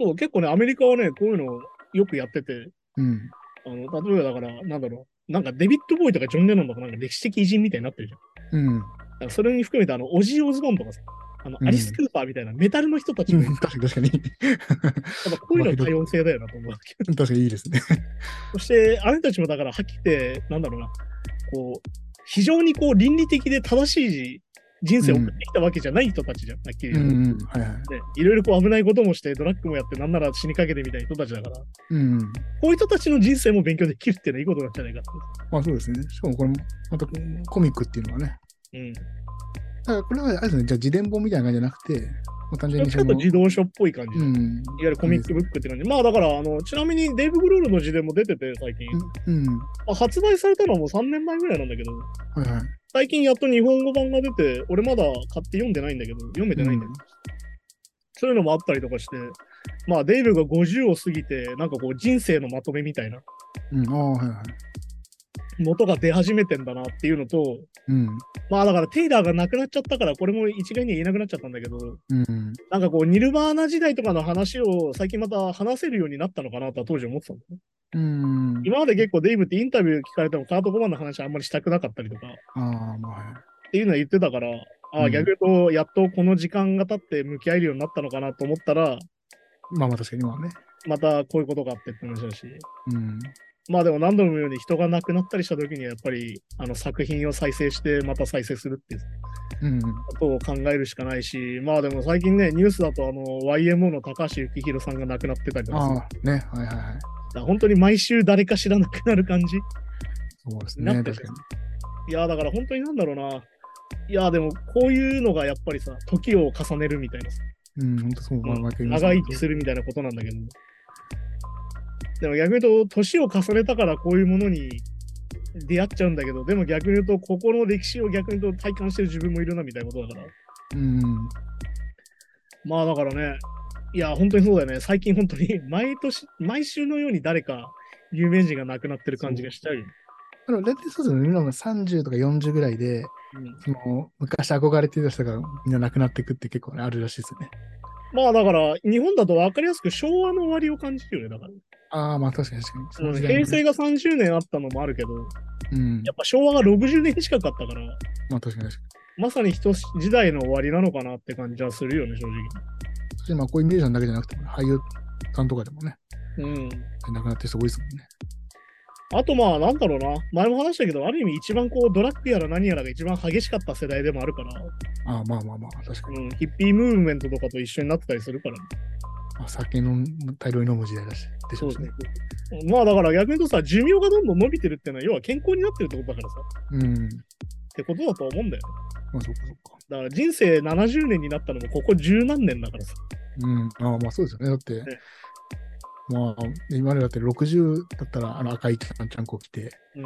B: そう、結構ね、アメリカはね、こういうのをよくやってて、
C: うん。
B: あの例えばだから、なんだろう、なんかデビッド・ボーイとかジョン・レノンとかなんか歴史的偉人みたいになってるじゃん。
C: うん。
B: だからそれに含めて、あの、オジー・オズボーンとかさ、あの、
C: うん
B: アリス・クーパーみたいなメタルの人たち
C: う
B: も、
C: ん確かに確かに。 [LAUGHS]
B: やっぱこういうの多様性だよなと思うわけ。
C: 確かにいいですね。
B: そして、あれたちもだから、はっきり言って、なんだろうな、こう、非常にこう、倫理的で正しい人生を送ってきたわけじゃない人たちじゃん、はっきり
C: う
B: 言うと。
C: ん、うん、はいはい。
B: でいろいろこう危ないこともして、ドラッグもやって、なんなら死にかけてみたいな人たちだから、こ
C: うん。
B: ういう人たちの人生も勉強できるっていうのはいいことなんじゃないかと。
C: まあそうですね。しかもこれも、またコミックっていうのはね。
B: うん。
C: だからこれはあれですね、じゃあ自伝本みたいな感じじゃなくて、もう単純に
B: ち
C: そ
B: ょっと
C: の、
B: 自動書っぽい感じ。
C: う
B: いわ
C: ん。
B: ゆるコミックブックって感じ。まあだから、あの、ちなみにデイブ・グロールの自伝も出てて、最近。
C: うん。うん。
B: まあ発売されたのはもう3年前ぐらいなんだけど、
C: はいはい。
B: 最近やっと日本語版が出て、俺まだ買って読んでないんだけど、読めてないんだけど、そういうのもあったりとかして、まあデイブが50を過ぎて、なんかこう人生のまとめみたいな
C: うん。ああ、はいはい。
B: 元が出始めてんだなっていうのと、
C: うん。
B: まあだからテイラーが亡くなっちゃったから、これも一概には言えなくなっちゃったんだけど、
C: うん。
B: なんかこうニルバーナ時代とかの話を最近また話せるようになったのかなとは当時思ってたんだよね。
C: うん。
B: 今まで結構デイブってインタビュー聞かれてもカート・コバンの話あんまりしたくなかったりとかっ
C: ああ、まあはい。
B: ていうのは言ってたから、あ
C: う
B: あ、
C: ん
B: 逆に言うと、やっとこの時間が経って向き合えるようになったのかなと思ったら、
C: まあまあ確かに今はね。
B: またこういうことがあってって話だし、
C: うん。
B: まあでも何度も言うように人が亡くなったりした時にはやっぱりあの作品を再生してまた再生するっていう
C: うん。
B: ことを考えるしかないし、まあでも最近ね、ニュースだとあの YMO の高橋幸宏さんが亡くなってたりとかさ
C: ああ、ね。はいはいは
B: だ
C: い。
B: から本当に毎週誰か知らなくなる感じ。
C: そうです
B: な
C: ね。
B: って
C: 確
B: る
C: か
B: い
C: に。
B: や、だから本当になんだろうな。いや、でもこういうのがやっぱりさ、時を重ねるみたいなさ、
C: うん、本当そう。まあ、毎回言います
B: 長生きするみたいなことなんだけど。でも逆に言うと、年を重ねたからこういうものに出会っちゃうんだけど、でも逆に言うと、ここの歴史を逆に言うと体感してる自分もいるなみたいなことだから。
C: うん。
B: まあだからね、いや、本当にそうだよね。最近本当に [LAUGHS] 毎年、毎週のように誰か有名人が亡くなってる感じがしちゃうよ。
C: でも大体そうですよね。みんなも30とか40ぐらいで、
B: うん
C: その昔憧れてた人がみんな亡くなっていくって結構ねあるらしいですよね。
B: まあだから、日本だと分かりやすく昭和の終わりを感じるよね。だから、
C: ああ、まあ確かに確かに。その時代
B: 平成が30年あったのもあるけど、
C: うん。
B: やっぱ昭和が60年近かったから、
C: まあ確かに確か
B: まさに一時代の終わりなのかなって感じはするよね、正
C: に。そしてまあこういうミュージシャンだけじゃなくてもね、俳優さんとかでもね、
B: 直。うん。
C: 亡くなってる人多いですもんね。
B: あとまあ、なんだろうな。前も話したけど、ある意味一番こう、ドラッグやら何やらが一番激しかった世代でもあるから、
C: ああ、まあまあまあ、確か
B: う
C: に。
B: ん、ヒッピームーブメントとかと一緒になってたりするから、
C: まあ、酒飲む、大量に飲む時代だし、でしょうしね。
B: うんまあだから逆に言うとさ、寿命がどんどん伸びてるってのは、要は健康になってるってことだからさ、
C: うん。
B: ってことだと思うんだよ。
C: まあそっかそっか。
B: だから人生70年になったのもここ十何年だからさ。
C: うん。ああ、まあそうですよね。だって、まあ、今までだって60だったら、あの赤いちゃんちゃんこ着て、
B: うん。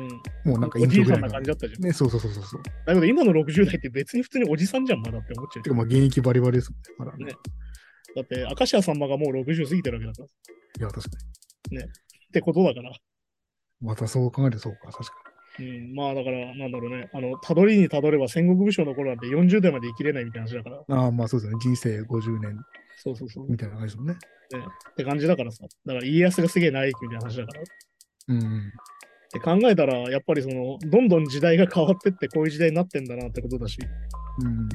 C: もうなんかイ
B: お
C: ン
B: じ
C: ト
B: い
C: ぐ
B: さ
C: ら
B: ん
C: い
B: な
C: の
B: 感じだったじゃん。
C: ね、そうそうそうそうそう。
B: だけど今の60代って別に普通におじさんじゃん、まだって思っちゃう
C: て。かまあ現役バリバリですもんね。まだね
B: ねだって、明石家さんまがもう60過ぎてるわけだから。っ
C: いや、確か
B: てことだから。
C: に。またそう考えてそうか、確か
B: うん、まあだから、なんだろうね、あの、たどりにたどれば戦国武将の頃なんて40代まで生きれないみたいな話だから、
C: に。ああ、まあそうですね。人生50年
B: そうそうそう、っ
C: みたいな感じですもんね。
B: て感じだからさ、だから家康がすげえ長生きみたいな話だから、っ
C: うん。
B: て考えたら、やっぱりその、どんどん時代が変わってって、こういう時代になってんだなってことだし、
C: うん。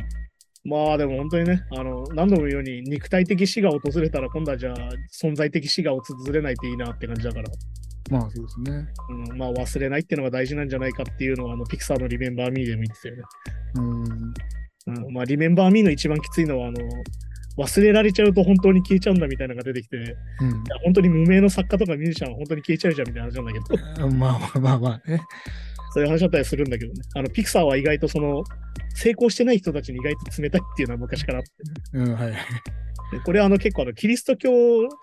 B: まあでも本当にね、あの、何度も言うように、肉体的死が訪れたら、今度はじゃあ、存在的死が訪れないといいなって感じだから、
C: まあそうですね。
B: うん、まあ忘れないっていうのが大事なんじゃないかっていうのは、あの、ピクサーのリメンバーミーでも言ってたよね。
C: うん。
B: うん、まあ、リメンバー・ミーの一番きついのは、あの、忘れられちゃうと本当に消えちゃうんだみたいなのが出てきて、いや
C: うん。
B: 本当に無名の作家とかミュージシャンは本当に消えちゃうじゃんみたいな話なんだけど、
C: まあまあまあまあね。
B: そういう話だったりするんだけどね。あの、ピクサーは意外とその、成功してない人たちに意外と冷たいっていうのは昔からあって、
C: うん、はい。
B: でこれはあの結構あの、キリスト教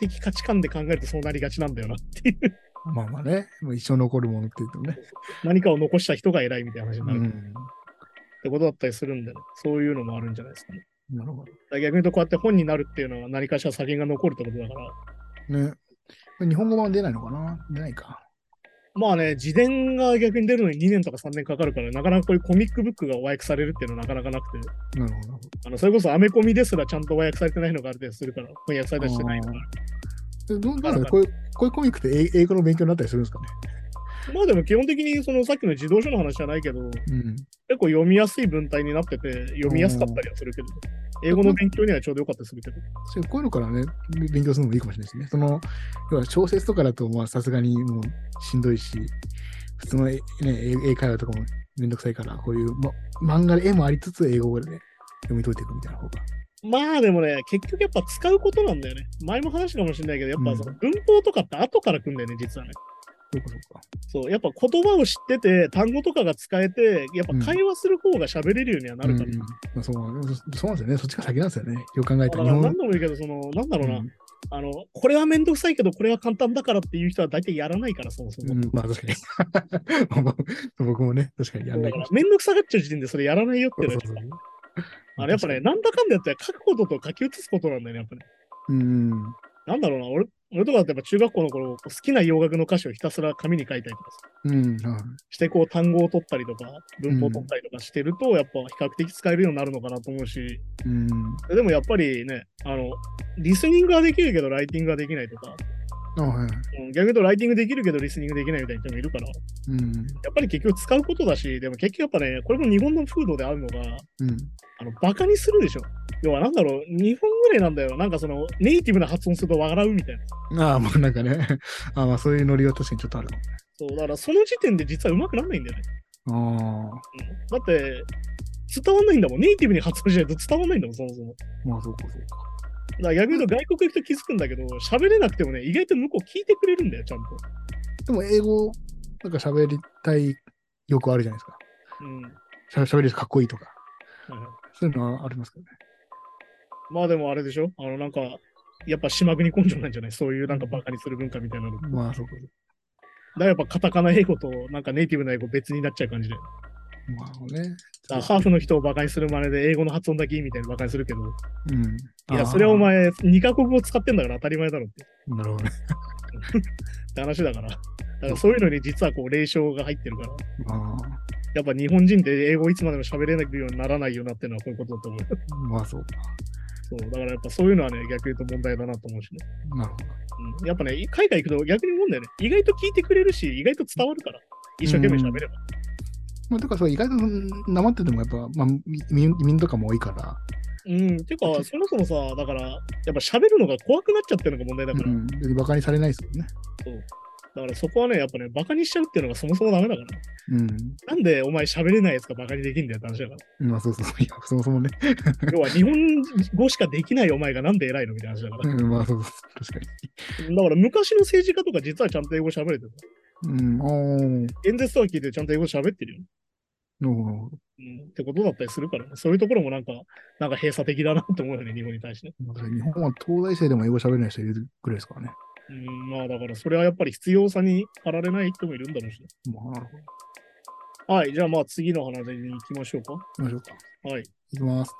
B: 的価値観で考えるとそうなりがちなんだよなっていう、
C: まあまあね。もう一生残るものって言ってもね。
B: 何かを残した人が偉いみたいな話に
C: う
B: なるっ
C: ん。
B: てことだったりするんで、ね、そういうのもあるんじゃないですかね。
C: なるほど。
B: だから逆に言うとこうやって本になるっていうのは何かしら作品が残るってことだから、
C: ね。日本語版出ないのかな出ないか。
B: まあね、自伝が逆に出るのに2年とか3年かかるから、なかなかこういうコミックブックが和訳されるっていうのはなかなかなくて、
C: なるほど。
B: あのそれこそアメコミですらちゃんと和訳されてないのがある程度するから、翻訳されたりしてないのが。
C: えどうどうなんだろうこういうこういうコミックって英英語の勉強になったりするんですかね。
B: まあでも基本的にそのさっきの自動書の話じゃないけど、結
C: うん。
B: 構読みやすい文体になってて、読みやすかったりはするけど、英語の勉強にはちょうどよかったりするけど、
C: そうこういうのからね、べ勉強するのもいいかもしれないですね。その、要は小説とかだと、まあ、さすがにもうしんどいし、普通の、えね、英英会話とかもめんどくさいから、こういう、ま、漫画で絵もありつつ、英語で、ね、読み解いていくみたいな方が。
B: まあでもね、結局やっぱ使うことなんだよね。前も話したかもしれないけど、やっ
C: う
B: ぱ
C: ん
B: その文法とかって後から来るんだよね、実はね。
C: そうかそうか。
B: そう、やっぱ言葉を知ってて、単語とかが使えて、やっぱ会話する方が喋れるようにはなるから。
C: うんうんまあ、そうそそうなんですよね。そっちが先なんですよね。よく考え
B: だ
C: た、
B: からら
C: 日本
B: 何度も言うけど、その、なんだろうな、
C: うん
B: あの、これはめんどくさいけど、これは簡単だからっていう人は大体やらないから、そもそも。
C: うん、まあ確かに。 [LAUGHS] 僕もね、確かにやんな
B: だ
C: い
B: か
C: からも、
B: めんどくさがっちゃう時点でそれやらないよっていうのは
C: そうそうそう
B: あれやっぱね、なんだかんだやったら書くことと書き写すことなんだよね、やっぱね。
C: うん。
B: なんだろうな、俺、俺とかだってやっぱ中学校の頃、好きな洋楽の歌詞をひたすら紙に書いたりとかさ
C: うん。はい
B: して、こう単語を取ったりとか、文法を取ったりとかしてると、やっぱ比較的使えるようになるのかなと思うし、
C: うん。
B: でもやっぱりね、あの、リスニングはできるけど、ライティングはできないとか、
C: あはい。
B: うん逆に言うとライティングできるけどリスニングできないみたいな人もいるから、や
C: うん。
B: っぱり結局使うことだし、でも結局やっぱね、これも日本の風土であるのが、
C: うん。
B: あの、バカにするでしょ。要はなんだろう、日本ぐらいなんだよ。なんかその、ネイティブな発音すると笑うみたいな。
C: ああ、まあなんかね、 [LAUGHS] ああまあそういうノリは確かにちょっとあるか
B: そう、だからその時点で実は上手くならないんだよね。
C: も。あ
B: うんだって、伝わんないんだもん。ネイティブに発音しないと伝わんないんだもん、そもそも。
C: あ、まあそうかそうか。
B: だから逆に言うと外国行くと気づくんだけど、喋れなくてもね、意外と向こう聞いてくれるんだよ、ちゃんと。
C: でも英語、なんか喋りたい欲あるじゃないですか。
B: うん。はい
C: しゃ喋りかっこいいとか。
B: はい
C: そういうのはありますけどね。
B: まあでもあれでしょあのなんか、やっぱ島国根性なんじゃないそういうなんかバカにする文化みたいなの。だか
C: まあそうかそう
B: らやっぱカタカナ英語となんかネイティブな英語別になっちゃう感じで。だ
C: か。まあね。
B: からハーフの人をバカにする真似で英語の発音だけいいみたいにバカにするけど、
C: うん。
B: い
C: ああ
B: や、それはお。前2カ国語使ってんだから当たり前だろって
C: なるほどね。
B: って話だから。だからそういうのに実はこう、霊障が入ってるから、
C: あ
B: やっぱ日本人って英語いつまでも喋れないようにならないよなっていうのはこういうことだと思う。 [LAUGHS]
C: あ、まあそうか。
B: そう、だからやっぱそういうのはね、逆に言うと問題だなと思うしね。
C: なるほど。
B: うんやっぱね、海外行くと逆に思うんだよね。意外と聞いてくれるし、意外と伝わるから。一生懸命喋れば。
C: まあ、だからそう意外となまっててもやっぱ、まあ、み移民移民とかも多いから。
B: うん。てか、そもそもさ、だから、やっぱ喋るのが怖くなっちゃってるのが問題だ
C: う
B: から。
C: ん。別にバカにされないですもんね。
B: だからそこはね、やっぱね、バカにしちゃうっていうのがそもそもダメだから。
C: う
B: なんでお前喋れないやつがバカにできんだよって話だか
C: ん。まあそうそう。いや、そもそもね。 [LAUGHS]
B: ら。要は日本語しかできないお前がなんで偉いのみたいな話だから。
C: うん、まあそうそう。確かに。
B: だから昔の政治家とか実はちゃんと英語喋れてる。
C: うん、おー
B: 演説とか聞いてちゃんと英語喋ってるよ。
C: なるほどなるほど
B: うん、ってことだったりするからね。そういうところもなんか、なんか閉鎖的だなって思うよね、日本に対して。
C: まあ日本は東大生でも英語喋れない人いるぐらいですからね。
B: うん、まあだからそれはやっぱり必要さに駆られない人もいるんだろうしね。
C: まあ、なるほど。
B: はい、じゃあまあ次の話に行きましょうか。
C: 行きましょうか。
B: はい。
C: いきます。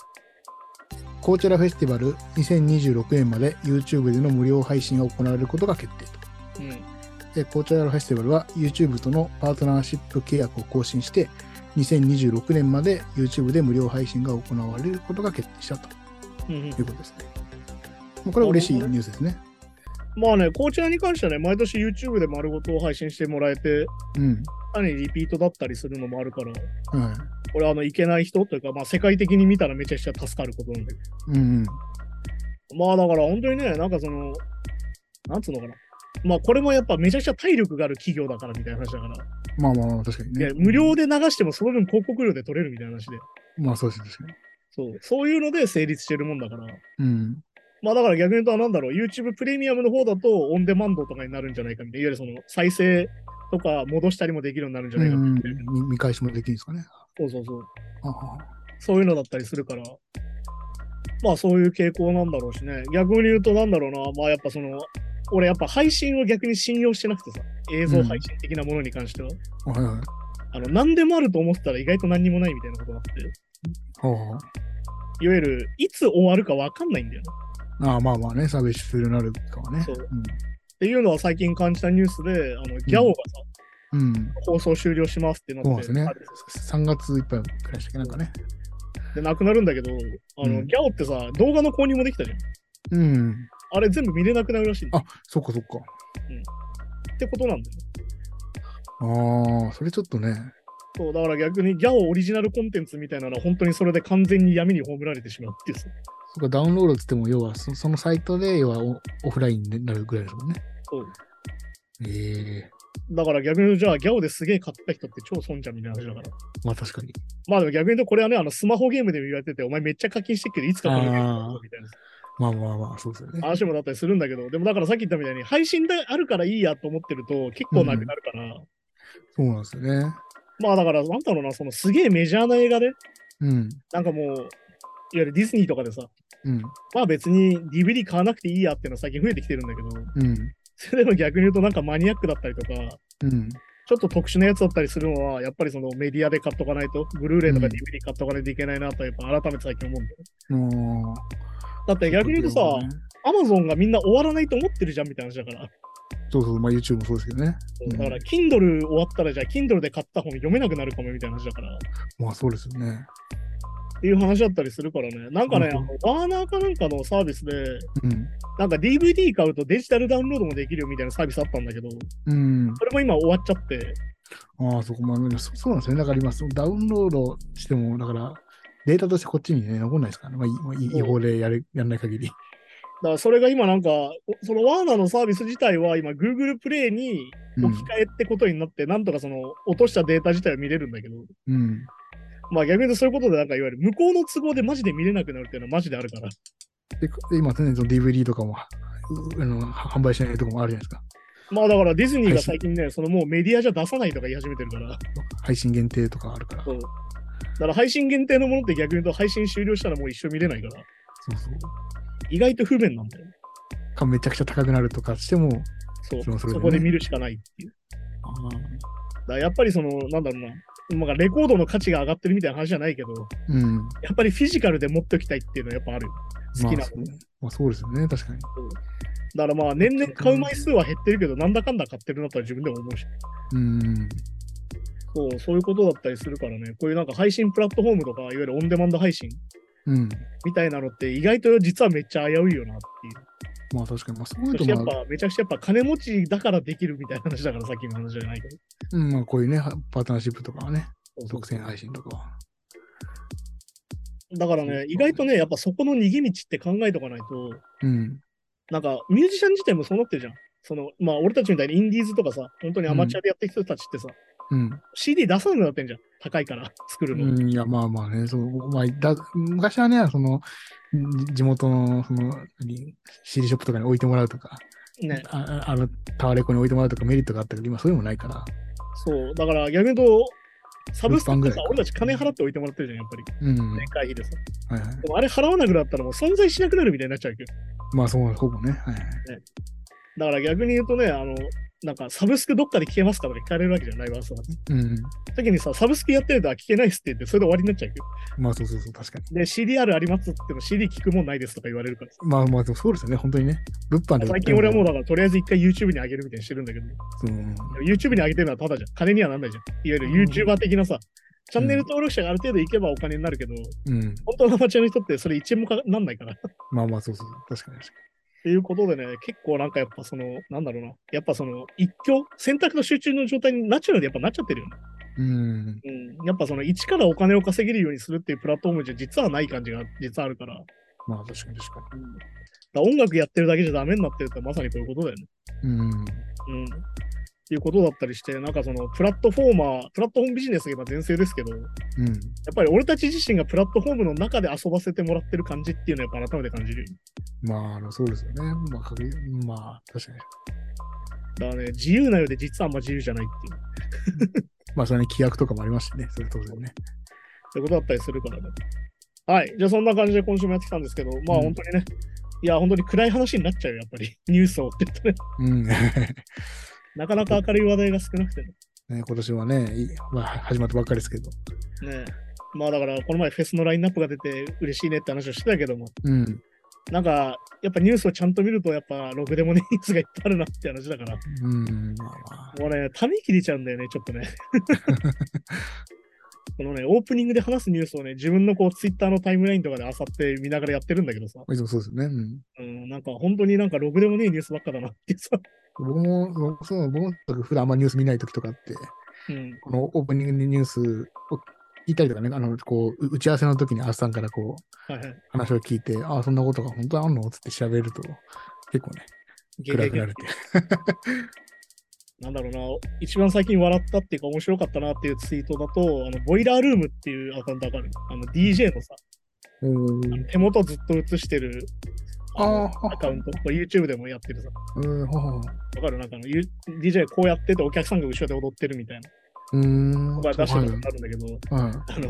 C: コーチェラフェスティバル2026年まで YouTube での無料配信が行われることが決定
B: う
C: と。
B: ん。
C: でコーチェラフェスティバルは YouTube とのパートナーシップ契約を更新して、2026年まで YouTube で無料配信が行われることが決定したと
B: うんうん
C: いうことですね。もうこれは嬉しいニュースですね。
B: まあね、こちらに関してはね、毎年 YouTube で丸ごと配信してもらえて、
C: うん。
B: 単にリピートだったりするのもあるから、
C: はい。
B: これあの、いけない人というか、まあ世界的に見たらめちゃくちゃ助かることなんだけ
C: うん
B: ど。まあだから本当にね、なんかその、なんつうのかな。まあこれもやっぱめちゃくちゃ体力がある企業だからみたいな話だから、
C: うん。まあまあまあ、確かに
B: い
C: ね
B: や。無料で流してもその分広告料で取れるみたいな話で、
C: まあそうです、確か
B: そう、そういうので成立してるもんだから、
C: に。うん。
B: まあだから逆に言うと、なんだろう、YouTube プレミアムの方だとオンデマンドとかになるんじゃないかみたいな、いわゆるその再生とか戻したりもできるようになるんじゃ
C: う
B: ないかみ
C: ん
B: たいな、
C: 見見返しもできるんですかね。
B: そうそうそう、
C: ああ
B: そういうのだったりするから、まあそういう傾向なんだろうしね、逆に言うと、なんだろうな、まあやっぱその、俺やっぱ配信を逆に信用してなくてさ、映像配信的なものに関しては、
C: はいはい。
B: あの、何でもあると思ってたら意外と何にもないみたいなことがあって、
C: あ
B: いわゆるいつ終わるか分かんないんだよね。
C: あああまあまあね、サービス終了になるかはね。
B: そうっていうのは最近感じたニュースで、あのギャオがさ、
C: うん。うん。
B: 放送終了しますってなって、
C: そうですね
B: あれ
C: 3月いっぱいくらいでしたっけなんかね。
B: でなくなるんだけど、あの、
C: うん
B: ギャオってさ、動画の購入もできたじゃん。
C: うん。
B: あれ全部見れなくなるらしい。
C: あ、そっかそっか。
B: ってことなんだよ。
C: ああ、それちょっとね。
B: そう、だから逆にギャオオリジナルコンテンツみたいなのは本当にそれで完全に闇に葬られてしまうっていうさ。
C: そっか、ダウンロードっつっても、要はそそのサイトで、要はオオフラインになるぐらいですもんね。
B: そう
C: ええ
B: だから逆に言うとじゃあギャオですげえ買った人って超損じゃんみたいな話だから。
C: まあ確かに。
B: まあでも逆に言うとこれはね、あのスマホゲームでも言われてて、お前めっちゃ課金してっけどいつかこのゲーム買うのみたいな
C: まあまあまあ、そうですよね。
B: 話もだったりするんだけど、でもだからさっき言ったみたいに配信であるからいいやと思ってると結構なくなるから、
C: そうなんですよね。
B: まあだからなんだろうな、そのすげえメジャーな映画で、
C: うん。
B: なんかもう、いわゆるディズニーとかでさ、
C: うん。
B: まあ別に DVD 買わなくていいやっていうのは最近増えてきてるんだけど、
C: うん。
B: それでも逆に言うとなんかマニアックだったりとか、
C: うん。
B: ちょっと特殊なやつだったりするのは、やっぱりそのメディアで買っとかないと、ブルーレイとか
C: うん
B: DVD 買っとかないといけないなと、やっぱ改めて最近思うんだよ。
C: もう
B: だって逆に言うとさ、Amazon がみんな終わらないと思ってるじゃんみたいな話だから。
C: そうそう、まあ YouTube もそうですけどね。う
B: だ
C: ん
B: から Kindle 終わったら、じゃあ Kindle で買った本読めなくなるかもみたいな話だから。
C: まあそうですよね。
B: っていう話だったりするからね。なんかね、
C: うん
B: あのバーナーかなんかのサービスで、
C: うん。
B: なんか DVD 買うとデジタルダウンロードもできるよみたいなサービスあったんだけど、
C: うん。
B: それも今終わっちゃって、
C: ああ、そこもあるねそそうなんですよね。だから今、そのダウンロードしても、だから、データとしてこっちにね、残んないですからね。まあいまあ、い
B: そう
C: 違法でやれやんない限り。
B: だからそれが今なんか、おそのワーナーのサービス自体は今 Google プレイに
C: う
B: 置
C: ん
B: き換えってことになって、なんとかその落としたデータ自体は見れるんだけど、
C: うん。
B: まあ逆に言うとそういうことでなんかいわゆる向こうの都合でマジで見れなくなるっていうのはマジであるから。
C: で、で今、常にその DVD とかも、うあの販売しないとこもあるじゃないですか。
B: まあだからディズニー
C: 配
B: が
C: 信
B: 最近ね、そのもうメディアじゃ出さないとか言い始めてるから、
C: 配信限定とかあるから。
B: そ
C: そう
B: うだから配信限定のものって逆に言うと配信終了したらもう一生見れないから、
C: そう。
B: 意外と不便なんだよ。
C: かめちゃくちゃ高くなるとかしても、
B: そう、
C: それはそれでね
B: そこで見るしかないっていう。だからやっぱりその、なんだろうな、まあレコードの価値が上がってるみたいな話じゃないけど、
C: うん。
B: やっぱりフィジカルで持っておきたいっていうのはやっぱあるよ。好き
C: ま
B: なも
C: あそう
B: の。
C: まあ、そうですよね、確かに。
B: だからまあ年々買う枚数は減ってるけど、なんだかんだ買ってるなとは自分でも思うし。
C: うん。
B: そう、そういうことだったりするからね。こういうなんか配信プラットフォームとか、いわゆるオンデマンド配信
C: うん。
B: みたいなのって意外と実はめっちゃ危ういよなっていう。
C: まあ確かに、まあそういう
B: そし
C: と、
B: てや
C: ま
B: っぱ
C: あ、
B: めちゃくちゃやっぱ金持ちだからできるみたいな話だからさっきの話じゃないけど。
C: うん、まあこういうね、はパートナーシップとかはね、
B: そうそう
C: 独占配信とかは。
B: だからね、意外とね、やっぱそこの逃げ道って考えとかないと、
C: うん。
B: なんかミュージシャン自体もそうなってるじゃん。そのまあ俺たちみたいにインディーズとかさ、本当にアマチュアでやってる人たちってさ、
C: うん。
B: CD 出さなくなってんじゃん。高いから、作るの。
C: うん、いや、まあまあね、そう、まあ、だ昔はね、その、ん地元の、その、何 CD ショップとかに置いてもらうとか、
B: ね。
C: あああの、タワレコに置いてもらうとかメリットがあったけど、今そういうのもないから。
B: そう。だから逆に言うと、サブスク
C: 物販ぐ
B: ってさ
C: らいか、
B: 俺たち金払っておいてもらってるじゃん、やっぱり。
C: うん。はい
B: 年会費でさ。
C: はい。
B: でもあれ払わなくなったらもう存在しなくなるみたいになっちゃうけど。
C: まあそう、ほぼね。はいはい。
B: だから逆に言うとね、あの、なんかサブスクどっかで聞けますかとか聞かれるわけじゃないわ、その
C: うん。
B: 時にさ、サブスクやってるとは聞けないっすって言って、それで終わりになっちゃうよ。
C: まあそうそうそう、確かに。
B: で、CDR ありますって言っても CD 聞くもんないですとか言われるからさ。
C: まあまあ、でもそうですよね、本当にね。物販で売っても。
B: 最近俺はもうだからとりあえず一回 YouTube に上げるみたいにしてるんだけど、
C: そう、うん。
B: でも YouTube に上げてるのはただじゃん。金にはなんないじゃん。いわゆる YouTuber 的なさ、チャンネル登録者がある程度いけばお金になるけど、
C: うん。
B: 本当のアマチュアの人ってそれ1円もかなんないから。
C: まあまあ、そうそう、確かに確か
B: っていうことでね、結構なんかやっぱその、なんだろうな、やっぱその一挙、選択と集中の状態にナチュラルでやっぱなっちゃってるよね。
C: に。うん。
B: うん。やっぱその一からお金を稼げるようにするっていうプラットフォームじゃ実はない感じが実はあるから。
C: まあ確かに確か
B: うん、だから音楽やってるだけじゃダメになってるってまさにこういうことだよね。
C: に。うん。
B: うん。っていうことだったりして、なんかそのプラットフォーマー、プラットフォームビジネスが今全盛ですけど、やっ
C: うん。
B: ぱり俺たち自身がプラットフォームの中で遊ばせてもらってる感じっていうのをやっぱ改めて感じるよね。
C: まあ、あのそうですよね。まあ、かけまあ、確かに。
B: だからね、自由なようで実はあんま自由じゃないっていう。
C: まあ、それに規約とかもありますしね、それ当然ね。
B: ってことだったりするからね。はい。じゃあそんな感じで今週もやってきたんですけど、まあ
C: うん
B: 本当にね、いや本当に暗い話になっちゃうよ、やっぱり。 [LAUGHS] ニュースを追ってるとね、
C: うん。
B: なかなか明るい話題が少なくてね。
C: ね、今年はね、いまあ、始まったばっかりですけど。
B: ねまあだからこの前フェスのラインナップが出て嬉しいねって話をしてたけども、
C: うん。
B: なんかやっぱニュースをちゃんと見るとやっぱろくでもねえニュースがいっぱいあるなって話だから、
C: うん。まあまあ。
B: もうね、ため息出ちゃうんだよね、ちょっと
C: [LAUGHS]
B: ね。このね、オープニングで話すニュースをね、自分のこうツイッターのタイムラインとかで漁って見ながらやってるんだけどさ、
C: いつもそうですよね。うん。
B: うん、なんか本当になんかろくでもねえニュースばっかだなってさ、
C: 僕も、僕そう僕も普段あんまニュース見ない時とかあって、
B: うん、
C: このオープニングでニュースを聞いたりとかね、あの、こう、う打ち合わせの時にあっさんからこう、
B: はいはい。
C: 話を聞いて、ああ、そんなことが本当にあんのつって調べると、結構ね、
B: ゲ
C: 暗
B: ゲ
C: く
B: ゲ
C: なるっていう。
B: なんだろうな、一番最近笑ったっていうか面白かったなっていうツイートだと、あのボイラールームっていうアカウントわかるあの DJ のさ、
C: うん
B: 手元ずっと映してるあの
C: あー
B: アカウント、これ YouTube でもやってるさ、
C: うん、はは
B: わかるなんかあの、ゆ DJ こうやっててお客さんが後ろで踊ってるみたいな、
C: うん。
B: 僕は出して
C: は
B: る
C: い
B: ことあるんだけど、
C: はい。
B: あ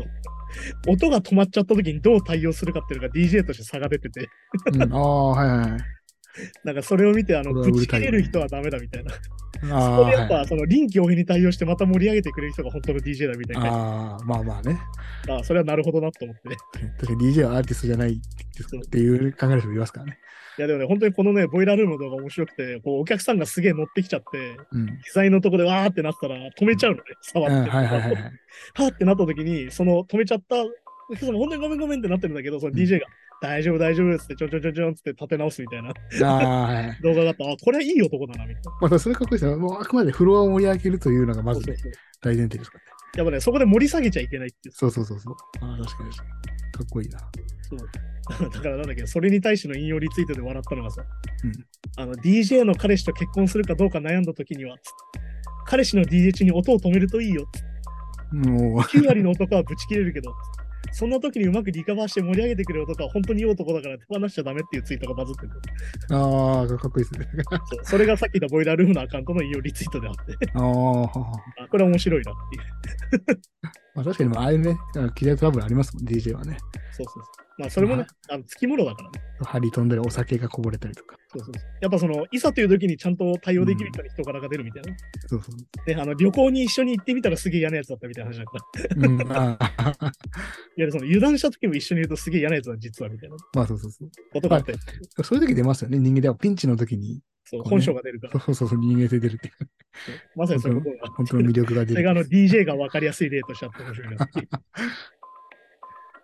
B: の、音が止まっちゃった時にどう対応するかっていうのが DJ として差が出てて、
C: うん、ああ、はいはいはい。
B: なんかそれを見て、あの、
C: これは
B: ぶち
C: 売りた
B: 切
C: いよ
B: れ
C: ね
B: る人はダメだみたいな。
C: あ
B: そ
C: あ、
B: こでやっ
C: はい
B: ぱ、その臨機応変に対応してまた盛り上げてくれる人が本当の DJ だみたいな。
C: ああ、まあまあね。
B: あそれはなるほどなと思ってね。 [LAUGHS]
C: 確かに DJ はアーティストじゃないっていう考える人もいますからね。
B: いやでもね、本当にこのね、ボイラールームの動画面白くて、こうお客さんがすげえ乗ってきちゃって、
C: うん。
B: 機材のとこでわーってなったら止めちゃうのね、触
C: う
B: って。
C: ん、はいはいはいはい。
B: はーってなった時に、その止めちゃった、その本当にごめんごめんってなってるんだけど、その DJ が、大丈夫大丈夫っつって、ちょんちょんちょんちょんっつって立て直すみたいな
C: ああ、はい [LAUGHS] はい。
B: 動画があった。あ、これはいい男だな、みたいな。
C: まあ、それかっこいいですよね。もうあくまでフロアを盛り上げるというのがまず
B: そう
C: ね
B: そうそう
C: 大前提ですからね。
B: やっぱね、そこで盛り下げちゃいけないっていう。
C: そうそうそうそう。ああ、確かに確かに。かっこいいな。
B: [LAUGHS] だからなんだっけ、それに対しての引用リツイートで笑ったのがさ、
C: うん
B: あの DJ の彼氏と結婚するかどうか悩んだ時には、つ彼氏の DJ 中に音を止めるといいよ。
C: も
B: 9割の男はぶち切れるけど、そんな時にうまくリカバーして盛り上げてくれる男は本当にいい男だから手放しちゃダメっていうツイートがバズってる。
C: う、ああ、かっこいいですね。
B: そうそれがさっきのボイラールームのアカウントの引用リツイートであって、
C: ああ。
B: あこれは面白いなっていう。
C: まあ確かにまあああいうね、あの機材トラブルありますもん、DJ はね。
B: そうそうそう。まあそれもね、あのつきものだからね。
C: 針飛んだり、お酒がこぼれたりとか。
B: そうそうそうやっぱその、いざという時にちゃんと対応できる人に人柄が出るみたいな。
C: そうそう。
B: で、あの旅行に一緒に行ってみたらすげえ嫌なやつだったみたいな話だから。
C: うん、ああ。
B: いや、その油断した時も一緒にいるとすげえ嫌なやつだ、実はみたいな
C: まあそうそうそう。
B: ことがあって、
C: そういう時出ますよね、人間では。ピンチの時に、
B: そう
C: こうね
B: 本性が出るから
C: そ、うそうそう、人間性出るっていう、
B: まさにそのことが、
C: 本当の魅力が出
B: それ。
C: る
B: があの DJ が分かりやすい例としてあって面白いな
C: [LAUGHS]
B: っていう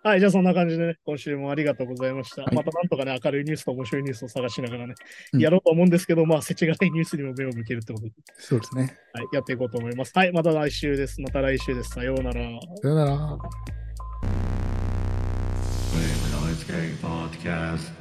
B: はい、じゃあそんな感じでね、今週もありがとうございました。
C: はい
B: またなんとかね、明るいニュースと面白いニュースを探しながらね、
C: うん
B: やろうと思うんですけど、まあ、せちがないニュースにも目を向けるってことで、
C: そうですね。
B: はい、やっていこうと思います。はい、また来週です。また来週です。さようなら。
C: さよなら。
A: Flame and Ice Game Podcast.